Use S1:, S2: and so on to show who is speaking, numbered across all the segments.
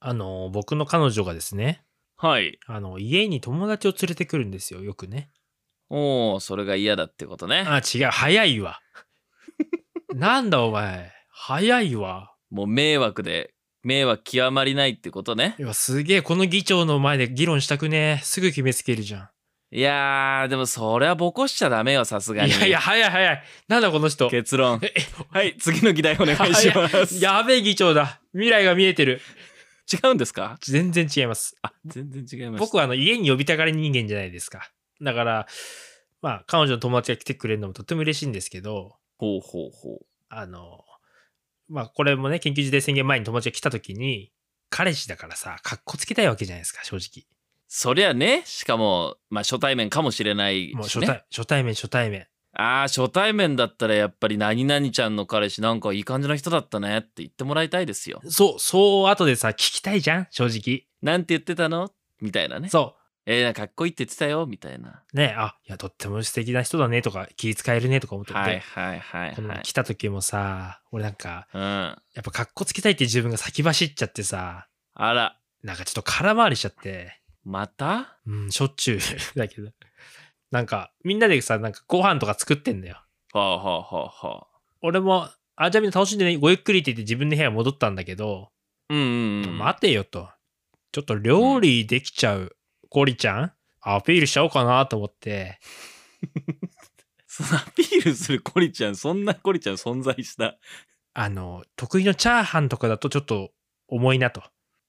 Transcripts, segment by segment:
S1: あの、僕の彼女がですね、
S2: はい。
S1: あの、家に友達を連れてくるんですよ、よくね。
S2: おお、それが嫌だってことね。
S1: あ、違う、早いわ。 なんだお前、早いわ。
S2: もう迷惑で、迷惑極まりないってことね
S1: い。や、すげえ、この議長の前で議論したくねえ。すぐ決めつけるじゃ
S2: いやー、でもそれはぼこしちゃダメよ、さす
S1: ん。い
S2: がに。
S1: やいや、早い早い。なんだこの人。
S2: 結論。はい、次の議題お願いします。いや、
S1: やべえ議長だ。未来が見えてる。
S2: 違うんですか
S1: 全然違います。
S2: あ、全然違います。
S1: 僕はあの家に呼びたがり人間じゃないですか。だから、まあ、彼女の友達が来てくれるのもとっても嬉しいんですけど、
S2: ほうほうほう。
S1: あの、まあ、これもね、緊急事態宣言前に友達が来た時に、彼氏だからさ、かっこつけたいわけじゃないですか、正直。
S2: そりゃね、しかも、まあ初対面かもしれない
S1: もう
S2: し
S1: 初
S2: ね。
S1: 対,、初対面、初対面。
S2: ああ、初対面だったらやっぱり何々ちゃんの彼氏なんかいい感じの人だったねって言ってもらいたいですよ。
S1: そう、そう、後でさ、聞きたいじゃん、正直。
S2: なんて言ってたのみたいなね。
S1: そ
S2: えー、かっこいいって言ってたよ、みたいな。
S1: う。ね、あ、いや、とっても素敵な人だねとか、気遣えるねとか思ってて、
S2: はいはいはい
S1: この
S2: はい。
S1: 来た時もさ、俺なんか、
S2: うん。あ
S1: やっぱかっこつけたいって自分が先走っちゃってさ、
S2: ら、
S1: なんかちょっと空回りしちゃって、
S2: また
S1: うん、しょっちゅう だけど。なんか、みんなでさ、なんかご飯とか作ってんだよ。
S2: ほうほうほうほ
S1: 俺も、あ、じゃあみんな楽しんでね、ごゆっくりって言って自分の部屋戻ったんだけど、
S2: う。うんうんうん。
S1: 待てよと。ちょっと料理できちゃう、コリちゃんアピールしちゃおうかなと思って、
S2: そのアピールするコリちゃん、そんなコリちゃん存在した。
S1: あの、得意のチャーハンとかだとちょっと重いなと。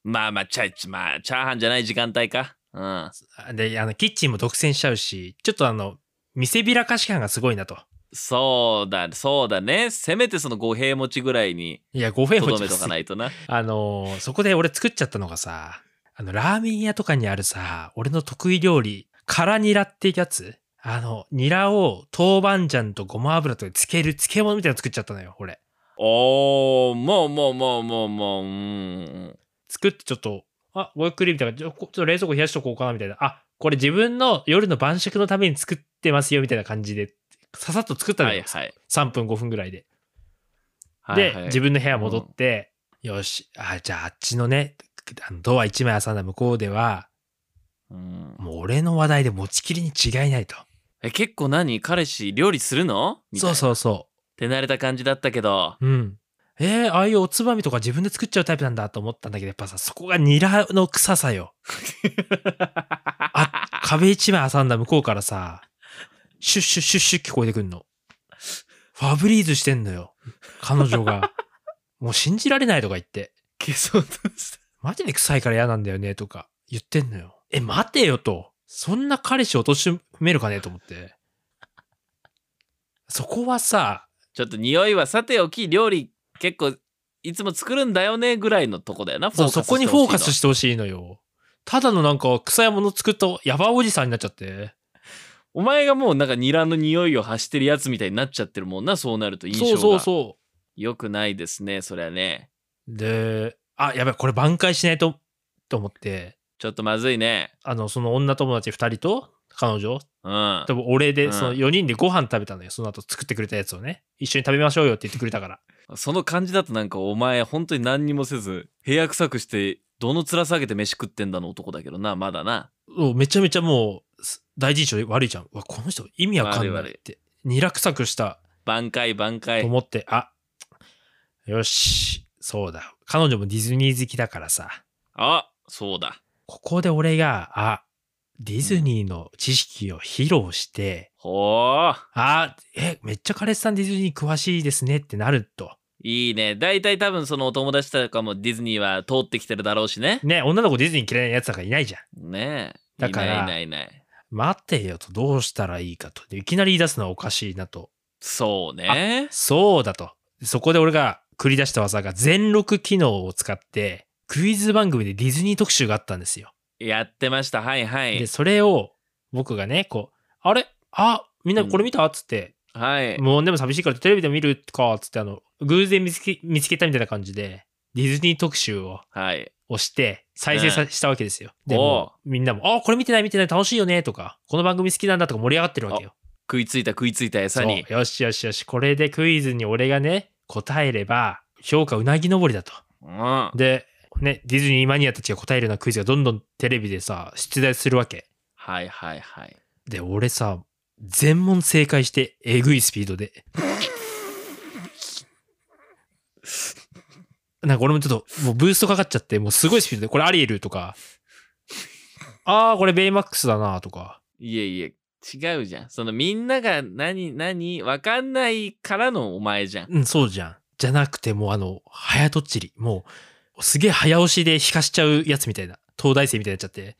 S2: まあまあ、チャイチ、まあ、チャーハンじゃない時間帯か。うん。
S1: で、あの、キッチンも独占しちゃうし、ちょっとあの、見せびらかし感がすごいなと。
S2: そうだ、そうだね。せめてその語弊持ちぐらいに、
S1: いや、ごめん
S2: とどめとかないとな。
S1: あのーそこで俺作っちゃったのがさ、あの、ラーメン屋とかにあるさ、俺の得意料理、辛ニラってやつあの、ニラを豆板醤とごま油と漬ける漬物みたいなの作っちゃったのよ、俺。
S2: おー、もうもうもうもうもう、うん。
S1: 作ってちょっと、あ、ごゆっくりみたいな、ちょこちょっと冷蔵庫冷やしとこうかなみたいな、あ、これ自分の夜の晩酌のために作ってますよみたいな感じで、ささっと作ったの
S2: は
S1: よ。
S2: いはい。
S1: 3分5分ぐらいで。
S2: はい
S1: で、
S2: はい
S1: 自分の部屋戻って、よし、あ、じゃああっちのね、あのドア1枚挟んだ向こうでは、
S2: うん
S1: もう俺の話題で持ちきりに違いないと。
S2: え、結構何彼氏料理するのみたい
S1: そ
S2: な
S1: うそうそ
S2: 手慣れた感じだったけど。
S1: う。うん。えー、ああいうおつまみとか自分で作っちゃうタイプなんだと思ったんだけど、やっぱさ、そこがニラの臭さ よ。あ、壁一枚挟んだ向こうからさ、シュッシュッシュッシュッ聞こえてくんの。ファブリーズしてんのよ。彼女が。もう信じられないとか言って。
S2: 消そうとし
S1: マジで臭いから嫌なんだよね、とか言ってんのよ。え、待てよと。そんな彼氏を貶めるかねと思って。そこはさ、
S2: ちょっと匂いはさておき、料理結構いつも作るんだよねぐらいのとこだよな。
S1: そう、そこにフォーカス
S2: し
S1: してほしいのよ。ただのなんか臭いもの作ったヤバおじさんになっちゃって。
S2: お前がもうなんかニラの匂いを発してるやつみたいになっちゃってるもんな、そうなると印象
S1: そ
S2: が。
S1: うそうそ
S2: よくないですね、そりゃね。
S1: う。で、あ、やばい、これ挽回しないと、と思って、
S2: ちょっとまずいね。
S1: あの、その女友達2人と、彼女、
S2: う
S1: 多。
S2: ん
S1: 分俺
S2: う
S1: で、
S2: ん
S1: その4人でご飯食べたのよ。その後作ってくれたやつをね。一緒に食べましょうよって言ってくれたから。
S2: その感じだとなんかお前本当に何にもせず、部屋臭くして、どの面下げて飯食ってんだの男だけどな、まだな。
S1: そうめちゃめちゃもう、す第一印象で悪いじゃん。うわ、この人意味わかんない
S2: 悪い
S1: って。にらくさくした
S2: 挽回挽
S1: と
S2: 回。
S1: 思って、あ、よし、そうだ。彼女もディズニー好きだからさ。
S2: あ、そうだ。
S1: ここで俺が、あ、ディズニーの知識を披露して、
S2: ほー。
S1: あ、え、めっちゃ彼氏さんディズニー詳しいですねってなると。
S2: いいね。大体多分そのお友達とかもディズニーは通ってきてるだろうしね。
S1: ね、女の子ディズニー嫌いなやつなんかいないじゃん。
S2: ねえ。
S1: だから
S2: いないいないいない。
S1: 待てよと、どうしたらいいかと。でいきなり言い出すのはおかしいなと。
S2: そうね。
S1: そうだと。そこで俺が繰り出した技が全録機能を使って、クイズ番組でディズニー特集があったんですよ。
S2: やってました。はいは
S1: で、
S2: い。
S1: それを僕がね、こう、あれあ、みんなこれ見たっつって、
S2: はい。
S1: もうでも寂しいからテレビでも見るかっつって、あの、偶然見つけ、見つけたみたいな感じで、ディズニー特集を
S2: はい。
S1: 押して、再生さ、
S2: う
S1: したわけですよ。で、
S2: おう
S1: もうみんなも、あ、これ見てない見てない楽しいよねとか、この番組好きなんだとか盛り上がってるわけよ。
S2: 食いついた食いついた餌に。
S1: そうよしよしよしこれでクイズに俺がね答えれば評価うなぎ登りだと
S2: うん。
S1: でね、ディズニーマニアたちが答えるようなクイズがどんどんテレビでさ、出題するわけ。
S2: はいはいはい。
S1: で、俺さ、全問正解して、えぐいスピードで。 なんか俺もちょっと、もうブーストかかっちゃって、もうすごいスピードで、これアリエルとか、あー、これベイマックスだなとか。
S2: いえいえ、違うじゃん。そのみんなが何、何、わかんないからのお前じゃん。
S1: うん、そうじゃん。じゃなくて、もうあの、早とっちり。もう、すげえ早押しで引かしちゃうやつみたいな。東大生みたいになっちゃって。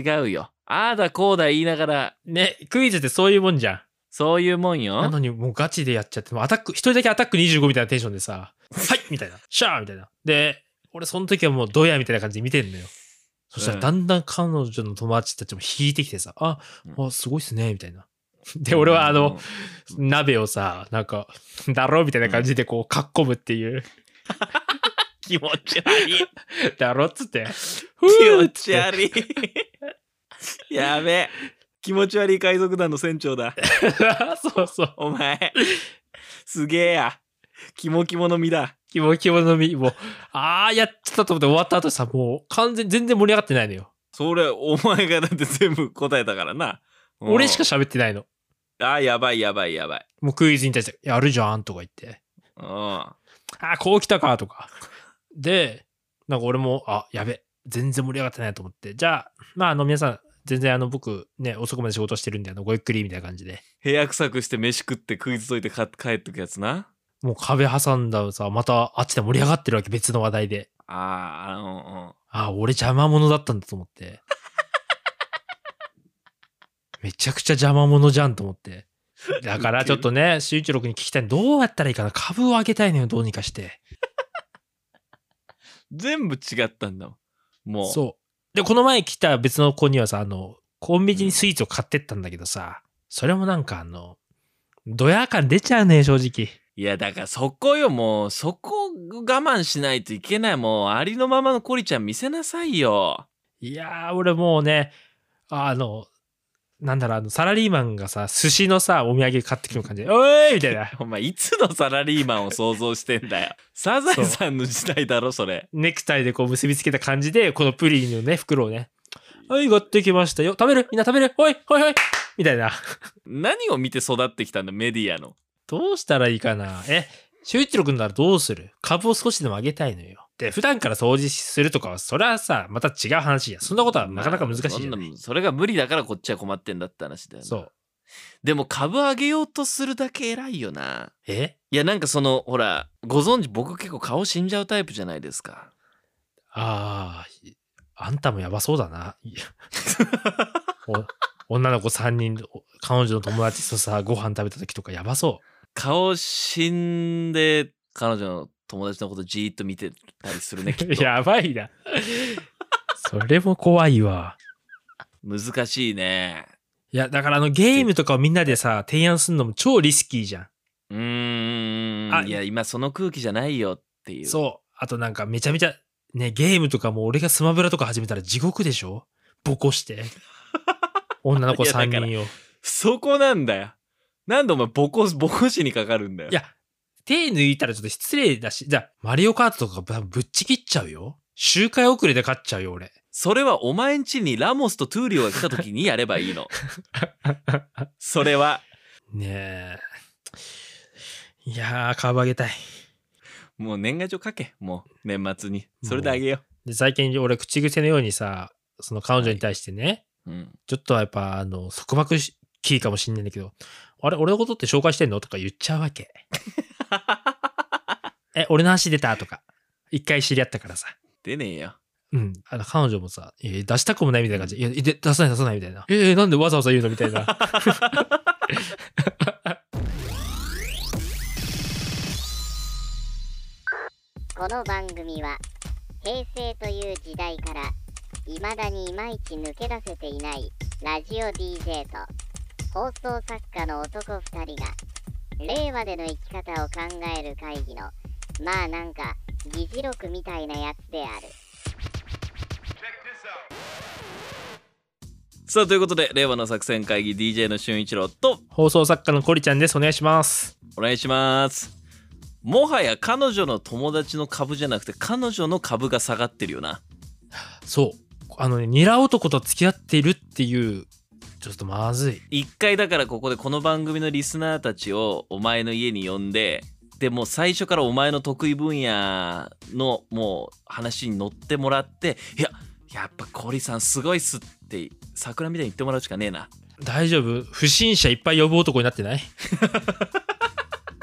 S2: 違うよ。ああだこうだ言いながら、
S1: ね、クイズってそういうもんじゃん。
S2: そういうもん
S1: な
S2: よ。
S1: のにもうガチでやっちゃって、もうアタック、一人だけアタック25みたいなテンションでさ、はいみたいな、シャーみたいな。で、俺その時はもうドヤみたいな感じで見てんのよ。そしたらだんだん彼女の友達たちも引いてきてさ、あ、あすごいっすね、みたいな。で、俺はあの、鍋をさ、なんか、だろみたいな感じでこう、かっこむっていう、
S2: 気持ち悪い。
S1: だろっつって、
S2: 気
S1: ふー
S2: 持
S1: っつ
S2: ち
S1: って
S2: 悪い。 やべえ。気持ち悪い海賊団の船長だ。
S1: そうそう。
S2: お前。すげえや。キモキモの実だ。
S1: キモキモのみ、もう、ああ、やってたと思って終わった後さ、もう完全、全然盛り上がってないのよ。
S2: それ、お前がだって全部答えたからな。うん
S1: 俺しか喋ってないの。
S2: ああ、やばいやばいやばい。
S1: もうクイズに対して、やるじゃんとか言って、
S2: うん。
S1: あー、こう来たかとか。で、なんか俺も、あ、やべ、全然盛り上がってないと思って、じゃあ、まあ、あの、皆さん、全然あの、僕、ね、遅くまで仕事してるんで、あの、ごゆっくりみたいな感じで、
S2: 部屋臭くして飯食ってクイズ解いてか帰ってくやつな。
S1: もう壁挟んださ、またあっちで盛り上がってるわけ、別の話題で。
S2: ああ、あの、
S1: あー、俺邪魔者だったんだと思 って。めちゃくちゃ邪魔者じゃんと思って。だからちょっとね、周一郎君に聞きたいのどうやったらいいかな株を上げたいのよ、どうにかして。
S2: うん。全部違ったんだもん。もう。
S1: そう。で、この前来た別の子にはさ、あの、コンビニにスイーツを買ってったんだけどさ、それもなんかあの、ドヤ感出ちゃうね、正直。
S2: いや、だからそこよ、もう。そこ我慢しないといけない。もう、ありのままのコリちゃん見せなさいよ。
S1: いやー、俺もうね、あの、なんだろう、あの、サラリーマンがさ、寿司のさ、お土産買ってくる感じで、おーいみたいな。
S2: お前、いつのサラリーマンを想像してんだよ。サザエさんの時代だろ、それ。
S1: ネクタイでこう結びつけた感じで、このプリンのね、袋をね、はい、買ってきましたよ。食べるみんな食べるほいほいほいみたいな。
S2: 何を見て育ってきたんだ、メディアの。
S1: どうしたらいいかなえ、周一郎くんならどうする株を少しでも上げたいのよ。で、普段から掃除するとかは、それはさ、また違う話や。そんなことはなかなか難しいじゃ
S2: そ
S1: なんい。
S2: なそれが無理だからこっちは困ってんだって話だよな
S1: そう。
S2: でも株上げようとするだけ偉いよな。
S1: え
S2: いやなんかそのほらご存知僕結構顔死んじゃうタイプじゃないですか。
S1: ああ、いあんたもやばそうだな。 いやお女の子3人、お彼女の友達とさ、ご飯食べた時とかやばそ
S2: 顔死んで彼女の友達のことじーっと見てた りするねきっ
S1: う。
S2: と。
S1: やばいな。それも怖いわ。
S2: 難しいね。
S1: いや、だからあのゲームとかをみんなでさ、提案するのも超リスキーじゃん。
S2: うー
S1: あ
S2: んいや今その空気じゃないよっていう。
S1: そう。あとなんかめちゃめちゃ、ね、ゲームとかもう俺がスマブラとか始めたら地獄でしょボコ して。女の子
S2: いやだか
S1: 3
S2: ら
S1: 人を。い
S2: そこなんだよ。なんでお前ボコボコ死にかかるんだよ。
S1: や、手抜いたらちょっと失礼だし、じゃあ、マリオカートとかぶぶっちぎっちゃうよ。周回遅れで勝っちゃうよ、俺。
S2: それはお前んちにラモスとトゥーリオが来た時にやればい いの。それは
S1: ねえ。いやー、株上げたい。
S2: もう年賀状書けもう年末にそれであげよ
S1: で、最近俺口癖のようにさ、その彼女に対してね、
S2: う。うん
S1: ちょっとはやっぱ、あの、束縛しキーかもしんないんだけど、あれ、俺のことって紹介してんのとか言っちゃうわけ。え、俺の話出たとか。一回知り合ったからさ。
S2: 出ねえよ。
S1: うん。あの、彼女もさ、いや出したくもないみたいな感じで。いや、で出さない出さないみたいな。えーなんでわざわざ言うのみたいな。
S3: この番組は平成という時代から未だにいまいち抜け出せていないラジオ DJ と放送作家の男2人が令和での生き方を考える会議のまあなんか議事録みたいなやつである。
S2: さあということで令和の作戦会議 DJ の俊一郎と
S1: 放送作家のコリちゃんです。お願いします。
S2: お願いしますもはや彼女の友達の株じゃなくて彼女の株が下がってるよな
S1: そう。あのね、ニラ男と付き合っているっていう、ちょっとまずい。
S2: 一回だからここでこの番組のリスナーたちをお前の家に呼んででもう最初からお前の得意分野のもう話に乗ってもらっていややっぱコリさんすごいっすって桜みたいに言ってもらうしかねえな
S1: 大丈夫不審者いっぱい呼ぶ男になってない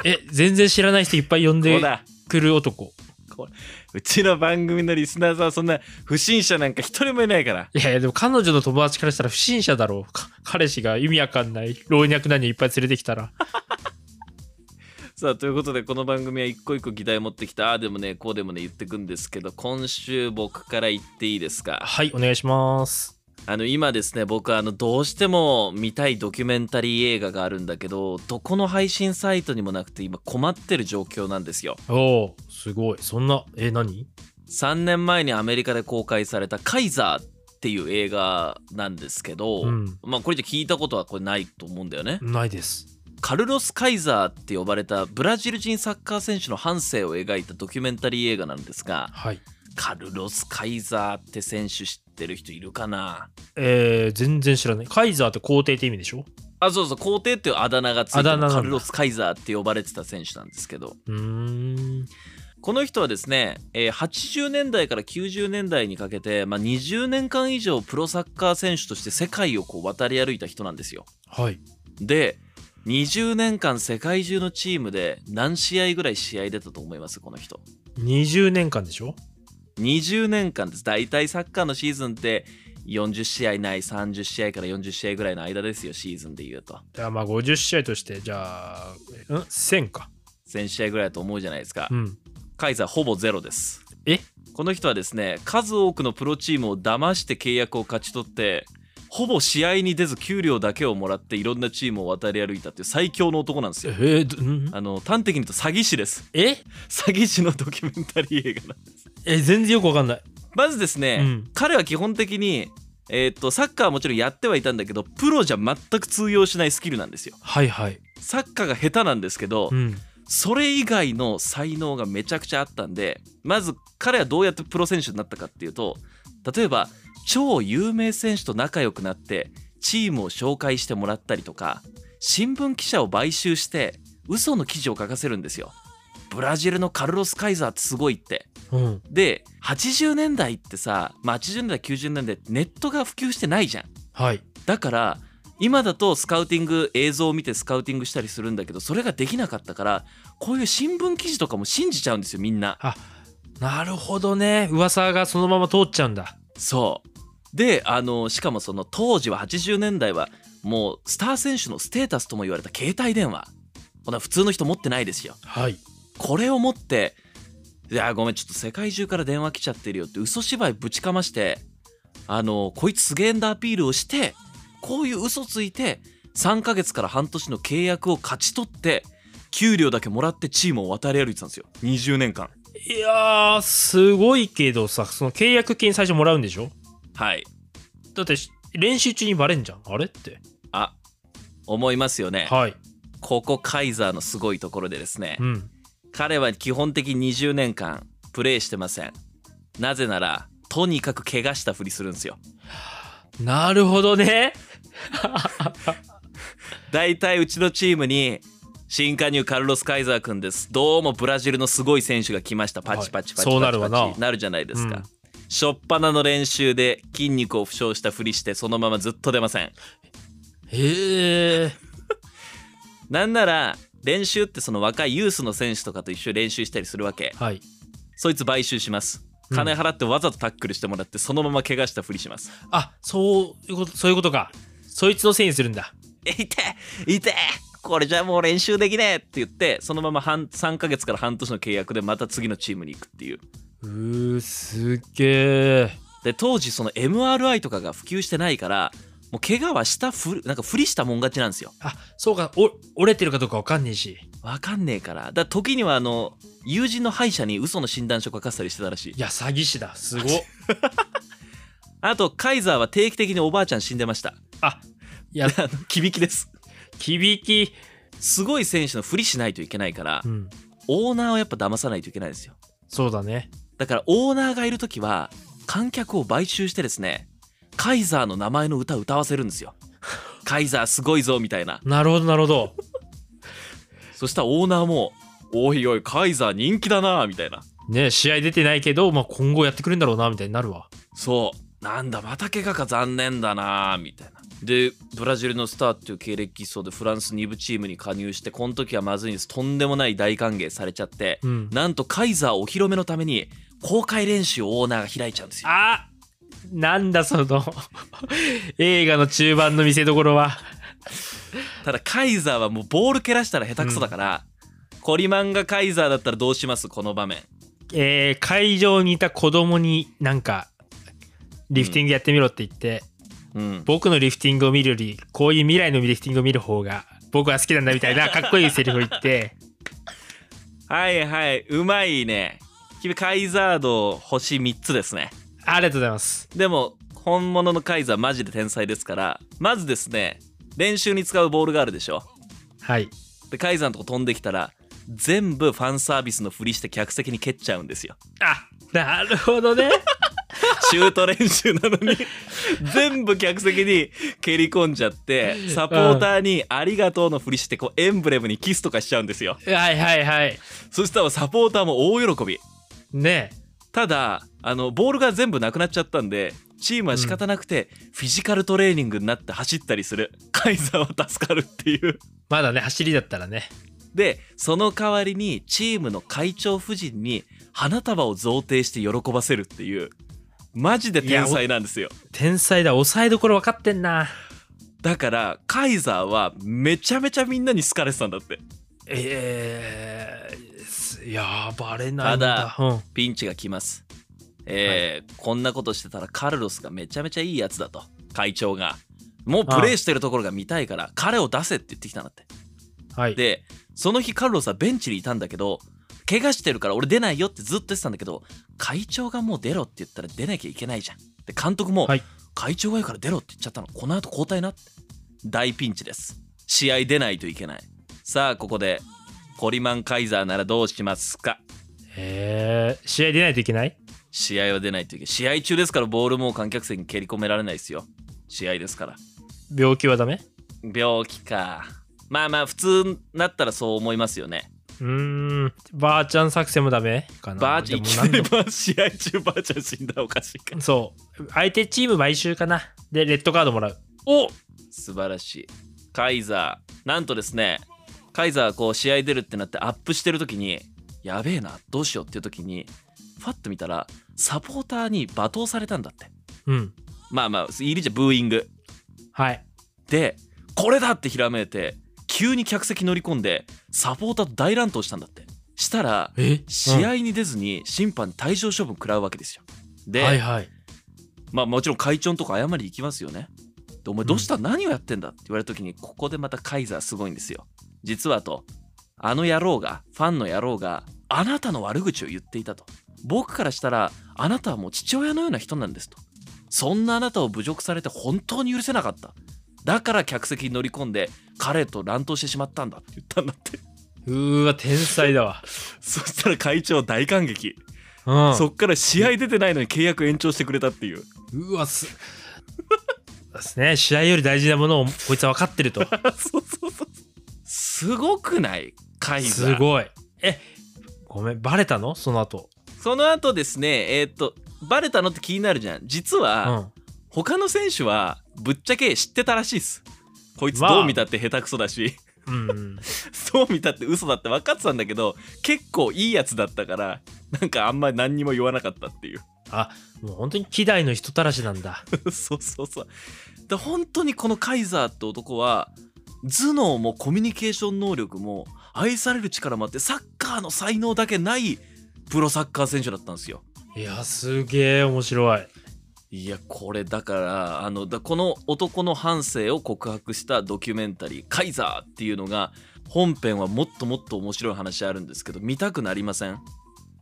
S1: え、全然知らない人いっぱい呼ん
S2: こう
S1: で
S2: だ
S1: くる男。
S2: うちの番組のリスナーさんはそんな不審者なんか一人もいないから
S1: いやいや、でも彼女の友達からしたら不審者だろう。か 彼氏が意味わかんない老若男女いっぱい連れてきたら。
S2: さあということでこの番組は一個一個議題持ってきたああでもねこうでもね言ってくんですけど今週僕から言っていいですか
S1: はい、お願いします。
S2: あの今ですね僕あのどうしても見たいドキュメンタリー映画があるんだけどどこの配信サイトにもなくて今困ってる状況なんですよ
S1: おお、すごい。そんな、え、何
S2: 3年前にアメリカで公開された「カイザー」っていう映画なんですけど、
S1: うん。
S2: まあこれじゃ聞いたことはこれないと思うんだよね
S1: ないです。
S2: カルロス・カイザーって呼ばれたブラジル人サッカー選手の半生を描いたドキュメンタリー映画なんですが
S1: はい。
S2: カルロス・カイザーって選手知ってる人いるかな
S1: えー、全然知らない。カイザーって皇帝って意味でしょ
S2: あそうそう皇帝っていうあだ名がついて
S1: あだ名なんだ
S2: カルロス・カイザーって呼ばれてた選手なんですけど
S1: うーん。
S2: この人はですね、えー80年代から90年代にかけて、まあ、20年間以上プロサッカー選手として世界をこう渡り歩いた人なんですよ
S1: はい。
S2: で20年間世界中のチームで何試合ぐらい試合出たと思いますこの人
S1: 20年間でしょ
S2: 20年間です大体サッカーのシーズンって40試合ない30試合から40試合ぐらいの間ですよシーズンでいうと
S1: だからまあ50試合として、じゃあ、えん ?1000 か。
S2: 1000試合ぐらいだと思うじゃないですか
S1: うん。
S2: カイザーほぼゼロです
S1: え
S2: この人はですね数多くのプロチームを騙して契約を勝ち取ってほぼ試合に出ず給料だけをもらっていろんなチームを渡り歩いたっていう最強の男なんです
S1: え
S2: よ
S1: ーどん
S2: あの端的に言うと詐欺師です
S1: え
S2: 詐欺師のドキュメンタリー映画なんです
S1: え全然よくわかんない。
S2: まずですね、
S1: うん
S2: 彼は基本的にえーっとサッカーはもちろんやってはいたんだけどプロじゃ全く通用しないスキルなんですよ
S1: はいはい。
S2: サッカーが下手なんですけど、
S1: うん。
S2: それ以外の才能がめちゃくちゃあったんでまず彼はどうやってプロ選手になったかっていうと例えば超有名選手と仲良くなってチームを紹介してもらったりとか新聞記者を買収して嘘の記事を書かせるんですよ。ブラジルのカルロス・カイザーってすごいって。
S1: うん。
S2: で80年代ってさ、まあ、80年代90年代ってネットが普及してないじゃん。
S1: はい。
S2: だから今だとスカウティング映像を見てスカウティングしたりするんだけどそれができなかったからこういう新聞記事とかも信じちゃうんですよみんな
S1: なるほどね。噂がそのまま通っちゃうんだ。
S2: そうであのしかもその当時は80年代はもうスター選手のステータスとも言われた携帯電話こんな普通の人持ってないですよ
S1: はい。
S2: これを持って「いやごめんちょっと世界中から電話来ちゃってるよ」って嘘芝居ぶちかましてあのこいつすげえんだアピールをしてこういう嘘ついて3ヶ月から半年の契約を勝ち取って給料だけもらってチームを渡り歩いてたんですよ20年間
S1: いやー、すごいけどさ、その契約金最初もらうんでしょ
S2: はい
S1: だってし練習中にバレんじゃん。あれって。
S2: あ思いますよね
S1: はい。
S2: ここカイザーのすごいところでですね
S1: うん。
S2: 彼は基本的に20年間プレーしてませんなぜならとにかく怪我したふりするんですよ
S1: なるほどね。
S2: 大体うちのチームに新加入カルロス・カイザー君ですどうもブラジルのすごい選手が来ましたパチパチパチパチパチ
S1: そうなるわな
S2: なるじゃないですか、
S1: うん
S2: 初っ端の練習で筋肉を負傷したふりしてそのままずっと出ません
S1: へえ。
S2: なんなら練習ってその若いユースの選手とかと一緒に練習したりするわけ
S1: はい。
S2: そいつ買収します
S1: うん
S2: 金払ってわざとタックルしてもらってそのまま怪我したふりします、
S1: あ、そういうこと、そういうことか。そいつのせいにするんだ。
S2: え痛え痛えこれじゃもう練習できねえって言ってそのまま半3ヶ月から半年の契約でまた次のチームに行くっていう
S1: うー、すっげえ。
S2: で当時その MRI とかが普及してないからもう怪我はしたふるなんかふりしたもん勝ちなんですよ
S1: あ、そうか、お折れてるかどうかわかんねえし。
S2: わかんねえからだから時にはあの友人の歯医者に嘘の診断書書かせたりしてたらしい
S1: いや、詐欺師だ。すごっ。
S2: あとカイザーは定期的におばあちゃん死んでました
S1: あ、いや、
S2: あのキビキです
S1: 響き。
S2: すごい選手のふりしないといけないから
S1: うん。
S2: オーナーをやっぱ騙さないといけないですよ
S1: そうだね。
S2: だからオーナーがいる時は観客を買収してですねカイザーの名前の歌を歌わせるんですよ カイザーすごいぞみたいな
S1: なるほど、なるほど。
S2: そしたらオーナーもおいおいカイザー人気だなみたいな
S1: ね試合出てないけど、まあ、今後やってくれるんだろうな、みたいになるわ。
S2: そうなんだまた怪我か残念だなみたいなでブラジルのスターっていう経歴基礎でフランス2部チームに加入してこの時はまずいんですとんでもない大歓迎されちゃって
S1: うん。
S2: なんとカイザーお披露目のために公開練習をオーナーが開いちゃうんですよ
S1: あなんだその映画の中盤の見せ所は
S2: ただカイザーはもうボール蹴らしたら下手くそだから、コリマンがカイザーだったらどうしますこの場面
S1: えー会場にいた子供になんかリフティングやってみろって言って、
S2: うん
S1: 僕のリフティングを見るよりこういう未来のリフティングを見る方が僕は好きなんだみたいなかっこいいセリフを言って
S2: はいはいうまいね君カイザード星3つですね
S1: ありがとうございます
S2: でも本物のカイザーマジで天才ですからまずですね練習に使うボールがあるでしょ
S1: はい
S2: でカイザーのとこ飛んできたら全部ファンサービスのふりして客席に蹴っちゃうんですよ
S1: あなるほどね
S2: シュート練習なのに全部客席に蹴り込んじゃってサポーターに「ありがとう」のふりしてこうエンブレムにキスとかしちゃうんですよ
S1: はいはいはい
S2: そしたらサポーターも大喜び
S1: ね
S2: ただあのボールが全部なくなっちゃったんでチームは仕方なくて、フィジカルトレーニングになって走ったりする カイザーは助かるっていう
S1: まだね走りだったらね
S2: でその代わりにチームの会長夫人に花束を贈呈して喜ばせるっていうマジで天才なんですよ
S1: 天才だ抑えどころ分かってんな
S2: だからカイザーはめちゃめちゃみんなに好かれてたんだって
S1: えー、いやーバレないんだ
S2: ただ
S1: うん、
S2: ピンチが来ますえーこんなことしてたらカルロスがめちゃめちゃいいやつだと会長がもうプレイしてるところが見たいから彼を出せって言ってきたんだって
S1: はい
S2: でその日カルロスはベンチにいたんだけど怪我してるから俺出ないよってずっと言ってたんだけど会長がもう出ろって言ったら出なきゃいけないじゃんで監督も、
S1: はい
S2: 会長が言うから出ろって言っちゃったのこの後交代なって大ピンチです試合出ないといけないさあここでコリマンカイザーならどうしますか
S1: えー、試合出ないといけない
S2: 試合は出ないといけない試合中ですからボールもう観客席に蹴り込められないですよ試合ですから
S1: 病気はダメ
S2: 病気かまあまあ普通になったらそう思いますよね
S1: うーんばあちゃん作戦もダメかな
S2: バーチャンい
S1: で
S2: き
S1: も
S2: なり
S1: 何
S2: バー試合中バーチャン死んだらおかしい
S1: 度
S2: か
S1: もそう相手チーム買収かなでレッドカードもらうお
S2: 素晴らしいカイザーなんとですねカイザーはこう試合出るってなってアップしてる時にやべえなどうしようっていう時にファッと見たらサポーターに罵倒されたんだって
S1: うん
S2: まあまあ入りじゃブーイング
S1: はい
S2: でこれだってひらめいて急に客席乗り込んでサポーターと大乱闘したんだってしたら
S1: え
S2: 試合に出ずに審判に退場処分食らうわけですよで、
S1: はいはい
S2: まあもちろん会長のとこ謝り行きますよね。でお前どうした、何をやってんだって言われた時にここでまたカイザーすごいんですよ。実はとあの野郎がファンの野郎があなたの悪口を言っていたと。僕からしたらあなたはもう父親のような人なんですと。そんなあなたを侮辱されて本当に許せなかった。だから客席に乗り込んで彼と乱闘してしまったんだって言ったんだって。
S1: うーわ天才だ わ
S2: そしたら会長大感激。
S1: うん
S2: そっから試合出てないのに契約延長してくれたっていう。
S1: うわす ですね試合より大事なものをこいつは分かってると
S2: そうそうそう。すごくないカイザー
S1: すごいえごめんバレたのその後
S2: その後ですね、えーっと、バレたのって気になるじゃん。実
S1: う
S2: は、
S1: ん
S2: 他の選手は、ぶっちゃけ知ってたらしいです。こいつ
S1: まあ
S2: どう見たって下手くそだし、
S1: うん
S2: どう見たって嘘だって分かってたんだけど、結構いいやつだったから、なんかあんまり何にも言わなかったっていう。
S1: もう本当に希代の人たらしなんだ
S2: そうそうそう。で、本当にこのカイザーって男は、頭脳もコミュニケーション能力も愛される力もあってサッカーの才能だけないプロサッカー選手だったんですよ。
S1: いやすげえ面白い
S2: いやこれだからあのだこの男の半生を告白したドキュメンタリー「カイザー」っていうのが本編はもっともっと面白い話あるんですけど見たくなりません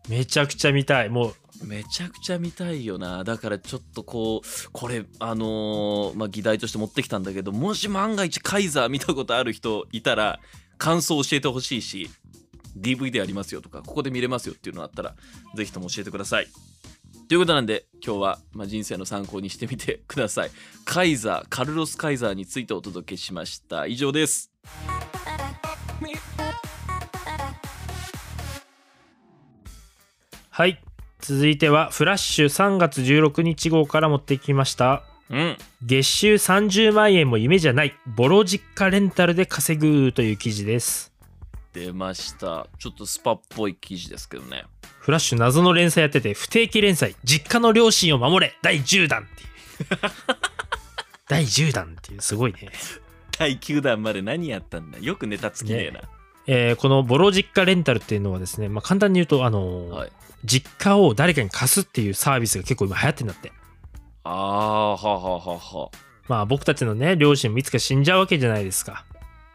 S1: めちゃくちゃ見たいもう
S2: めちゃくちゃ見たいよなだからちょっとこうこれあのーまあ議題として持ってきたんだけどもし万が一カイザー見たことある人いたら感想教えてほしいし DVD ありますよとかここで見れますよっていうのあったらぜひとも教えてくださいということなんで今日は、まあ、人生の参考にしてみてくださいカイザーカルロス・カイザーについてお届けしました以上です
S1: はい。続いては、フラッシュ3月16日号から持ってきました。
S2: うん
S1: 月収30万円も夢じゃない、ボロ実家レンタルで稼ぐという記事です。
S2: 出ましたちょっとスパっぽい記事ですけどね
S1: フラッシュ謎の連載やってて、不定期連載、実家の両親を守れ、第10弾っていう。第10弾っていう、すごいね。
S2: 第9弾まで何やったんだよくネタつきねえな、
S1: えーこのボロ実家レンタルっていうのはですね、まあ、簡単に言うと、あのー
S2: はい
S1: 実家を誰かに貸すっていうサービスが結構今流行ってんだって。
S2: ああはあはあはあはあ
S1: まあ僕たちのね、両親もいつか死んじゃうわけじゃないですか。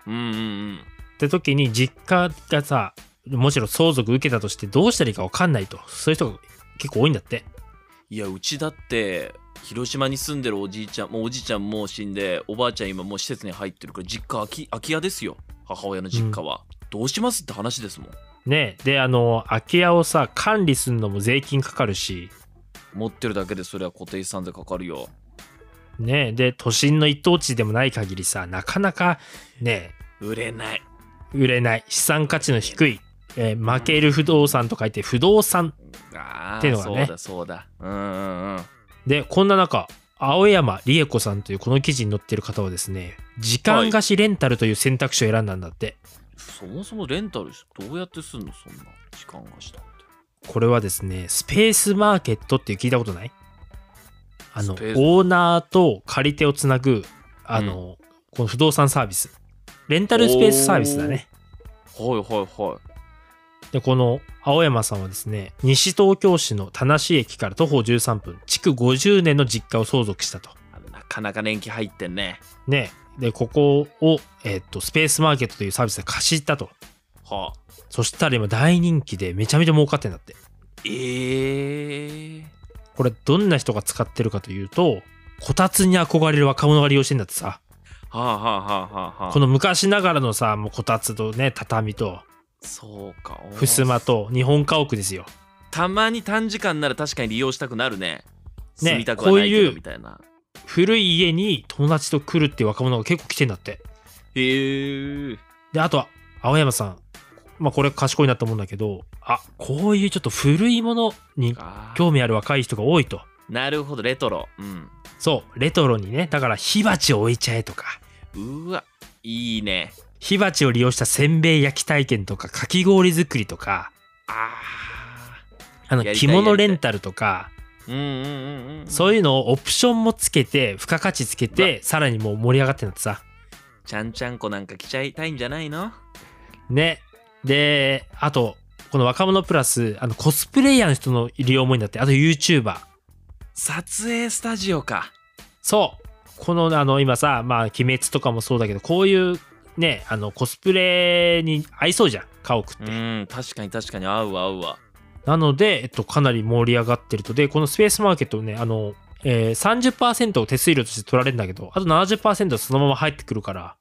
S2: うんうんうん
S1: って時に実家がさ、もちろん相続受けたとしてどうしたらいいかわかんないと。そういう人が結構多いんだって。
S2: いやうちだって広島に住んでるおじいちゃんもうおじいちゃんもう死んでおばあちゃん今もう施設に入ってるから実家空き空き家ですよ母親の実家は、どうしますって話ですもん
S1: ねで、あのー、空き家をさ、管理するのも税金かかるし、
S2: 持ってるだけでそれは固定資産税かかるよ
S1: ねで、都心の一等地でもない限りさ、なかなかね、
S2: 売れない
S1: 売れない資産価値の低い、えー負ける不動産と書いて不動産
S2: ああ、
S1: ってのが
S2: そ
S1: ね
S2: うだそうだうんうんうん
S1: でこんな中青山理恵子さんというこの記事に載ってる方はですね時間貸しレンタルという選択肢を選んだんだって、
S2: そもそもレンタルどうやってすんのそんな時間がしたって
S1: これはですねスペースマーケットって聞いたことないあのオ
S2: スペース
S1: ーナーと借り手をつなぐあの、この不動産サービスレンタルスペースサービスだね
S2: はいはいはい
S1: でこの青山さんはですね西東京市の田無駅から徒歩13分築50年の実家を相続したと
S2: あのなかなか年季入ってんね
S1: ねでここを、えっとスペースマーケットというサービスで貸したと
S2: はあ
S1: そしたら今大人気でめちゃめちゃ儲かってんだって
S2: ええ
S1: これどんな人が使ってるかというとこたつに憧れる若者が利用してんだってさ
S2: はあはあはあはあはあ
S1: この昔ながらのさもうこたつとね畳と
S2: そうかおー
S1: 襖と日本家屋ですよ
S2: たまに短時間なら確かに利用したくなるね
S1: ね
S2: 住みたくはないけ
S1: こうい
S2: ど
S1: う
S2: みたいな
S1: 古い家に友達と来るっていう若者が結構来てんだって
S2: へえ
S1: であとは青山さんまあこれ賢いなと思うんだけどあこういうちょっと古いものに興味ある若い人が多いと
S2: なるほどレトロうん
S1: そう、レトロにね、だから火鉢を置いちゃえとか、
S2: うわいいね
S1: 火鉢を利用したせんべい焼き体験とか、かき氷作りとか、
S2: あ
S1: あの
S2: やりたい
S1: 着物レンタルとか、
S2: ーうんうんうんうん
S1: そういうのをオプションもつけて、付加価値つけて、さらにもう盛り上がってんだってさ。
S2: ちゃんちゃんこなんか来ちゃいたいんじゃないの
S1: ね。で、あと、この若者プラス、あのコスプレイヤーの人の利用もいいんだって、あと YouTuber。
S2: 撮影スタジオか
S1: そうこのあの今さ、まあ、鬼滅とかもそうだけど、こういうね、あのコスプレに合いそうじゃん、家屋って。
S2: うん確かに確かに合うわ合うわ
S1: なので、えっと、かなり盛り上がってると。で、このスペースマーケットね、あの、えー、30%を手数料として取られるんだけど、あと70%はそのまま入ってくるから、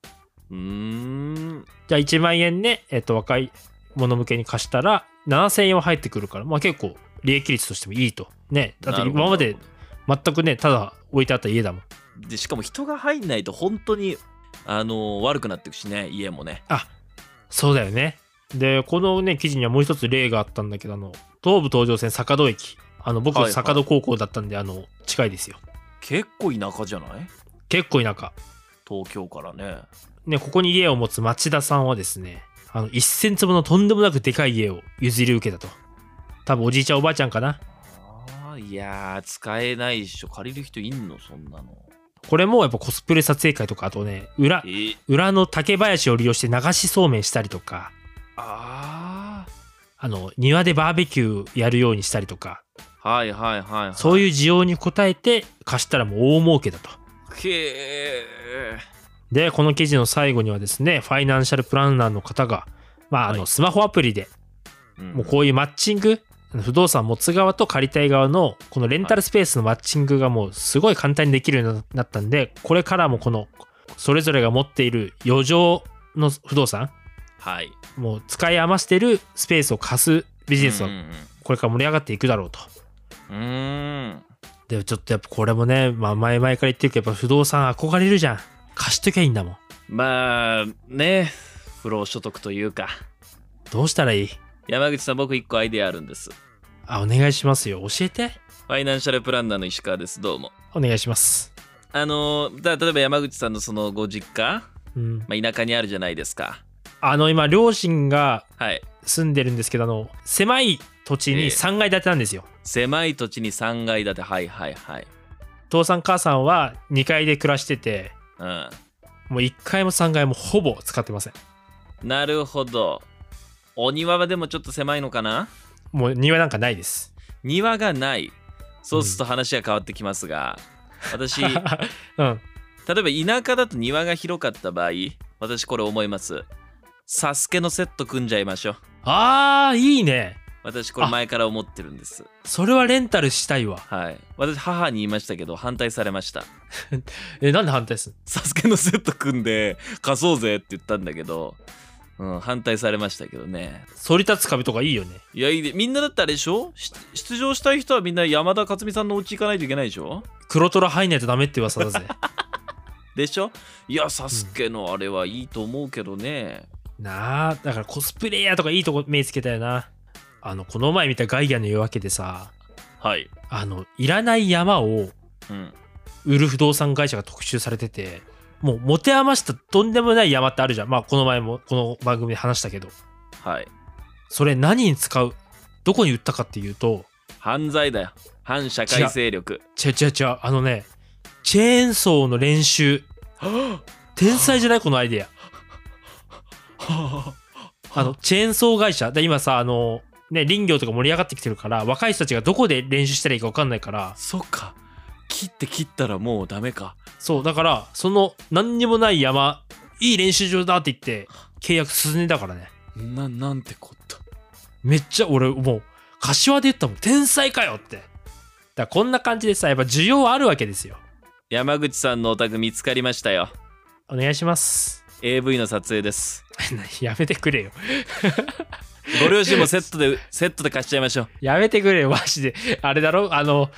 S2: うーん
S1: じゃあ1万円ね、えっと、若い者向けに貸したら、7000円は入ってくるから、まあ結構、利益率としてもいいと。ね、だって
S2: なるほど
S1: 今まで全くね、ただ置いてあった家だもん。
S2: でしかも人が入んないと本当にあのー悪くなっていくしね家もね
S1: あ、そうだよね。で、このね、記事にはもう一つ例があったんだけど、あの、東武東上線坂戸駅。あの、僕
S2: はい、はい
S1: 坂戸高校だったんで、あの、近いですよ。
S2: 結構田舎じゃない
S1: 結構田舎。
S2: 東京からね
S1: ね、ここに家を持つ町田さんはですね、あの1000坪のとんでもなくでかい家を譲り受けたと。多分おじいちゃんおばあちゃんかな。
S2: あーいやー使えないっしょ借りる人いんのそんなの
S1: これもやっぱコスプレ撮影会とか、あとね、裏
S2: え、ー
S1: 裏の竹林を利用して流しそうめんしたりとか、
S2: あ
S1: あの、庭でバーベキューやるようにしたりとか、
S2: ーはいはいはいはい
S1: そういう需要に応えて貸したらもう大儲けだと。
S2: へえ
S1: で、この記事の最後にはですね、ファイナンシャルプランナーの方が、まあ、あ
S2: は
S1: の、
S2: い
S1: スマホアプリでもうこういうマッチング不動産持つ側と借りたい側のこのレンタルスペースのマッチングがもうすごい簡単にできるようになったんでこれからもこのそれぞれが持っている余剰の不動産
S2: はい
S1: もう使い余してるスペースを貸すビジネスは
S2: うんうん
S1: これから盛り上がっていくだろうと。
S2: うんうーん
S1: でちょっとやっぱこれもね、まあ、前々から言ってるけどやっぱ不動産憧れるじゃん貸しときゃいいんだもん
S2: まあね不労所得というか
S1: どうしたらいい
S2: 山口さん僕一個アイデアあるんです
S1: あお願いしますよ教えて
S2: ファイナンシャルプランナーの石川ですどうも
S1: お願いします
S2: あのだ例えば山口さんのそのご実家、
S1: うん
S2: まあ、田舎にあるじゃないですか
S1: あの今両親が
S2: はい
S1: 住んでるんですけどあの狭い土地
S2: ええ
S1: に3階建てなんですよ、
S2: 狭い土地に3階建てはいはいはい
S1: 父さん母さんは2階で暮らしてて
S2: うん
S1: もう1階も3階もほぼ使ってません
S2: なるほど。お庭はでもちょっと狭いのかな
S1: もう庭なんかないです
S2: 庭がない。そうすると話は変わってきますが、私、例
S1: うん
S2: えば田舎だと庭が広かった場合、私これ思います。サスケのセット組んじゃいましょう。
S1: あーいいね
S2: 私これ前から思ってるんです。
S1: それはレンタルしたいわ
S2: はい。私母に言いましたけど反対されました。
S1: えなんで反対すんの
S2: サスケのセット組んで貸そうぜって言ったんだけど、うん、反対されましたけどね。
S1: 反り立つ壁とかいいよね
S2: いやいいでみんなだったらあれでしょし出場したい人はみんな山田勝美さんのお家行かないといけないでしょ
S1: 黒虎入んないとダメって噂だ ぜ
S2: でしょいやサスケのあれはいいと思うけどね、
S1: なあだからコスプレイヤーとかいいとこ目つけたよなあのこの前見たガイアの夜明けでさ
S2: はい、
S1: あのいらない山を
S2: うん、
S1: 売る不動産会社が特集されててもう持て余したとんでもない山ってあるじゃんまあこの前もこの番組で話したけど
S2: はい
S1: それ何に使うどこに売ったかっていうと
S2: 犯罪だよ反社会勢力
S1: 違う違う違うあのねチェーンソーの練習天才じゃないこのアイデアあのチェーンソー会社で今さあのね林業とか盛り上がってきてるから若い人たちがどこで練習したらいいか分かんないから
S2: そっか切って切ったらもうダメか
S1: そうだからその何にもない山いい練習場だって言って契約進んでたからね
S2: ななんてこった
S1: めっちゃ俺もう柏で言ったもん天才かよってだからこんな感じでさやっぱ需要はあるわけですよ
S2: 山口さんのお宅見つかりましたよ
S1: お願いします
S2: AV の撮影です
S1: やめてくれよ
S2: ご両親もセット でセットで貸しちゃいましょう
S1: やめてくれよマジであれだろあの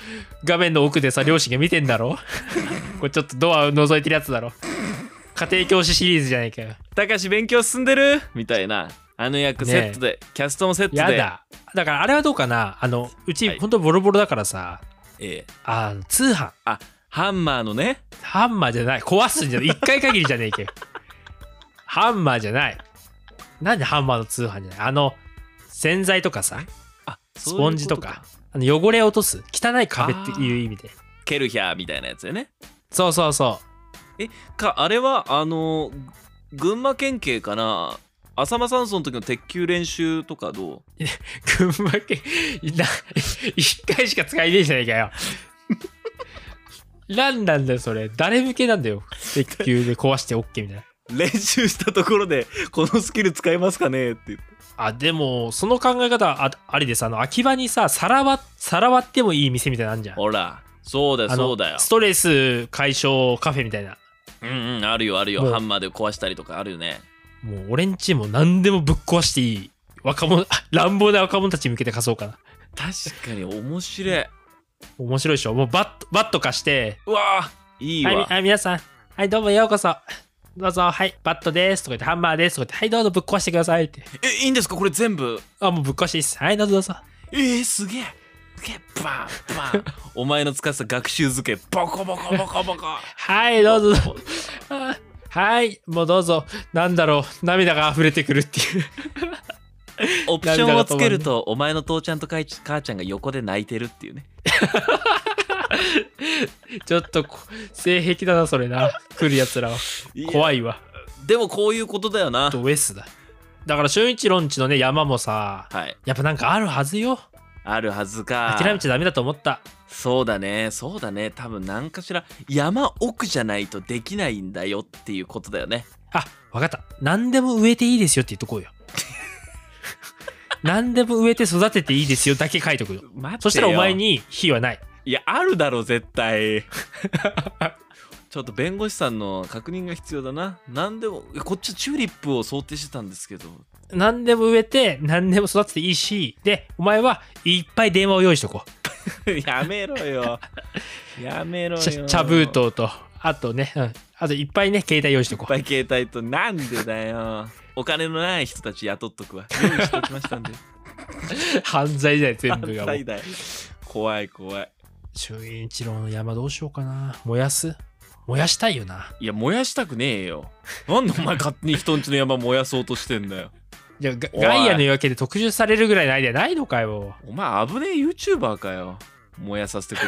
S1: 画面の奥でさ両親が見てんだろ これちょっとドアを覗いてるやつだろ家庭教師シリーズじゃないかよ
S2: たかし勉強進んでるみたいなあの役セットで、キャストもセットで
S1: やだだからあれはどうかなあのうち
S2: はい
S1: ほんとボロボロだからさ、
S2: ええ
S1: あの通販
S2: ハンマーのね
S1: ハンマーじゃない壊すんじゃない一回限りじゃねえけどハンマーじゃないなんでハンマーの通販じゃないあの洗剤とかさ
S2: あ
S1: スポンジとかあの汚れ落とす汚い壁っていう意味で
S2: ケルヒャーみたいなやつよね
S1: そうそうそ
S2: かあれはあの群馬県警かな浅間山荘の時の鉄球練習とかどう
S1: う群馬県な一回しか使えねえじゃねえかよなんなんだよそれ誰向けなんだよ鉄球で壊して OK みたいな
S2: 練習したところでこのスキル使えますかねって言って
S1: あでもその考え方はあありでさあの秋葉にささらわさらわってもいい店みたいなのあんじゃん
S2: ほらそうだよ
S1: あの
S2: そうだよ
S1: ストレス解消カフェみたいな
S2: うんうんあるよある
S1: も
S2: よ
S1: う
S2: ハンマーで壊したりとかあるよね
S1: もう俺んちも何でもぶっ壊していい若者乱暴な若者たちに向けて貸そうかな
S2: 確かに面白い
S1: 面白いでしょもうバットバット貸して
S2: うわいい
S1: はいみ
S2: わ
S1: はい皆さんはいどうもようこそどうぞはいバットですとか言ってハンマーですとか言ってはいどうぞぶっ壊してくださいって
S2: えいいんですかこれ全部
S1: あもうぶっ壊していいっすはいどうぞどうぞ
S2: えー、すげえすげえバンバンお前の使ってた学習漬けボコボコボコボコ
S1: はいどうぞどうぞあはいもうどうぞなんだろう涙が溢れてくるっていう
S2: オプションをつけるとお前の父ちゃんとかい母ちゃんが横で泣いてるっていうね
S1: ちょっとこ性癖だなそれな来るやつらは怖いわ
S2: でもこういうことだよな
S1: あとウエスだだから俊一郎んちのね山もさ
S2: はい
S1: やっぱなんかあるはずよ
S2: あるはずか
S1: 諦めちゃダメだと思った
S2: そうだねそうだね多分何かしら山奥じゃないとできないんだよっていうことだよね
S1: あわかった何でも植えていいですよって言っと こうよ何でも植えて育てていいですよだけ書いとくよ
S2: 待ってよ
S1: そしたらお前に火はない
S2: いやあるだろ絶対 ちちょっと弁護士さんの確認が必要だな。なんでも、いやこっちはチューリップを想定してたんですけ ど。
S1: 何でも植えて、何でも育てていいし、で、お前はいっぱい電話を用意しとこう。
S2: やめろよ。やめろよ。
S1: 茶茶封筒と、あとね、うん、あといっぱいね、携帯用意しとこ
S2: いっぱい携帯となんでだ よお金のない人たち雇っとくわ用意しておきま したんで
S1: う。犯罪だよ、全部がもう
S2: 最。大怖い怖い
S1: 中一郎の山どうしようかな。燃やす燃やしたいよな。
S2: いや燃やしたくねえよなんでお前勝手に人んちの山燃やそうとしてんだよ
S1: じゃあ、ガ
S2: おい
S1: ガイアの夜明けで特集されるぐらいのアイデアないのかよ。
S2: お前危ねえ YouTuber かよ燃やさせてく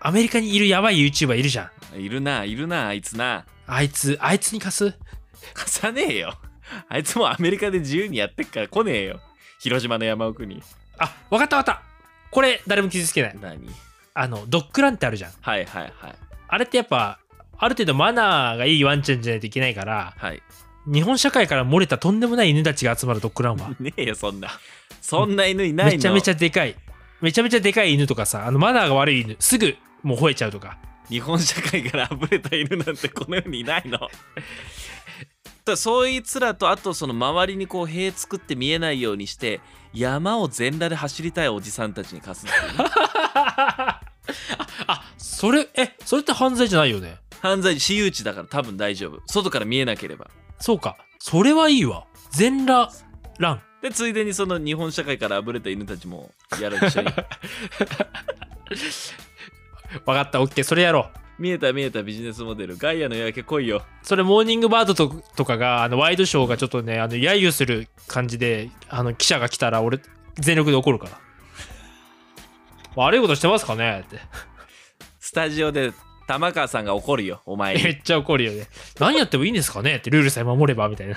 S1: アメリカにいるやばい YouTuber いるじゃん。
S2: れいるないるなあいつな
S1: あいつ、あいつに貸す
S2: 貸さねえよあいつもアメリカで自由にやってっから来ねえよ広島の山奥に
S1: あ、わかったわかった。これ、誰も傷つけない。
S2: 何
S1: あの、ドッグランってあるじゃん。
S2: はいはいはい
S1: あれってやっぱ、ある程度マナーがいいワンちゃんじゃないといけないから、
S2: はい
S1: 日本社会から漏れたとんでもない犬たちが集まるドッグランは。
S2: ねえよそ んなそんな犬いないの
S1: めちゃめちゃでかい。めちゃめちゃでかい犬とかさ、あのマナーが悪い犬、すぐもう吠えちゃうと か。
S2: 日本社会からあぶれた犬なんてこの世にいないの。だそいつらとあとその周りにこう塀作って見えないようにして山を全裸で走りたいおじさんたちに貸すっていうね
S1: あ、あそれ、え、それって犯罪じゃないよね。
S2: 犯罪私有地だから多分大丈夫外から見えなければ
S1: そうか。それはいいわ。全裸ラン。
S2: でついでにその日本社会からあぶれた犬たちもやる一緒に
S1: わかった、オッケー、それやろう。
S2: 見えた見えたビジネスモデルガイアの夜明け来いよ
S1: それ、モーニングバードととかが、あのワイドショーがちょっとね、あの揶揄する感じで、あの記者が来たら、俺、全力で怒るから。悪いことしてますかねって。
S2: スタジオで玉川さんが怒るよお前
S1: め
S2: に
S1: っちゃ怒るよね。何やってもいいんですかねってルールさえ守ればみたいな。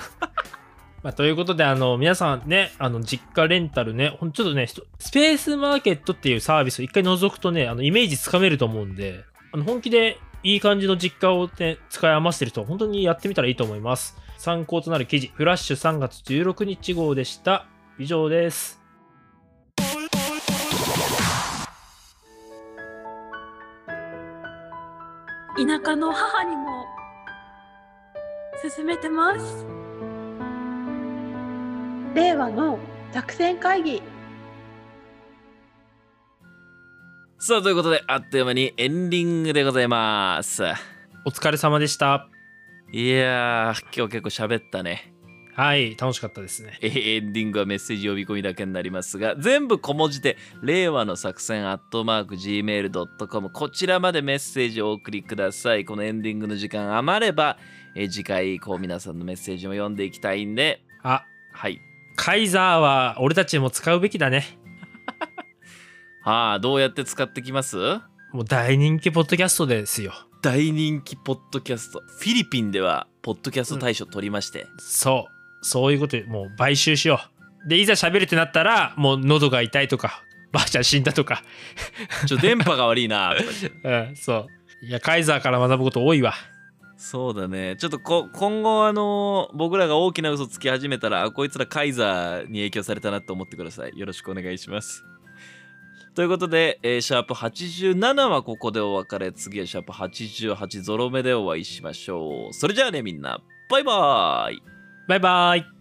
S1: まあ、ということで、あの、皆さんね、あの、実家レンタルね、ほんちょっとね、ひとスペースマーケットっていうサービスを一回覗くとね、あの、イメージつかめると思うんで、あの、本気でいい感じの実家をね、使い余してる人は本当にやってみたらいいと思います。参考となる記事、フラッシュ3月16日号でした。以上です。
S4: 田舎の母にも勧めてます
S5: 令和の作戦会議
S2: さあということであっという間にエンディングでございます
S1: お疲れ様でした。
S2: いやー今日結構喋ったね
S1: はい、楽しかったですね。
S2: えーエンディングはメッセージ呼び込みだけになりますが全部小文字で「令和の作戦」「アットマーク Gmail.com」こちらまでメッセージをお送りくださいこのエンディングの時間余れば、えー次回以降皆さんのメッセージも読んでいきたいんで
S1: あ、
S2: はい
S1: カイザーは俺たちも使うべきだね。
S2: はあどうやって使ってきます
S1: もう大人気ポッドキャストですよ。
S2: 大人気ポッドキャストフィリピンではポッドキャスト大賞取りまして、
S1: そう。そういうことよもう買収しよう。で、いざ喋るってなったら、もう喉が痛いとか、ばあちゃん死んだとか。
S2: ちょ電波が悪いなとか言って
S1: うん、そう。いや、カイザーから学ぶこと多いわ。
S2: そうだねちょっとこ今後あのー僕らが大きな嘘つき始めたらあこいつらカイザーに影響されたなと思ってくださいよろしくお願いしますということで、えーシャープ87はここでお別れ次はシャープ88ゾロ目でお会いしましょうそれじゃあねみんなバイバーイ
S1: バイバイ。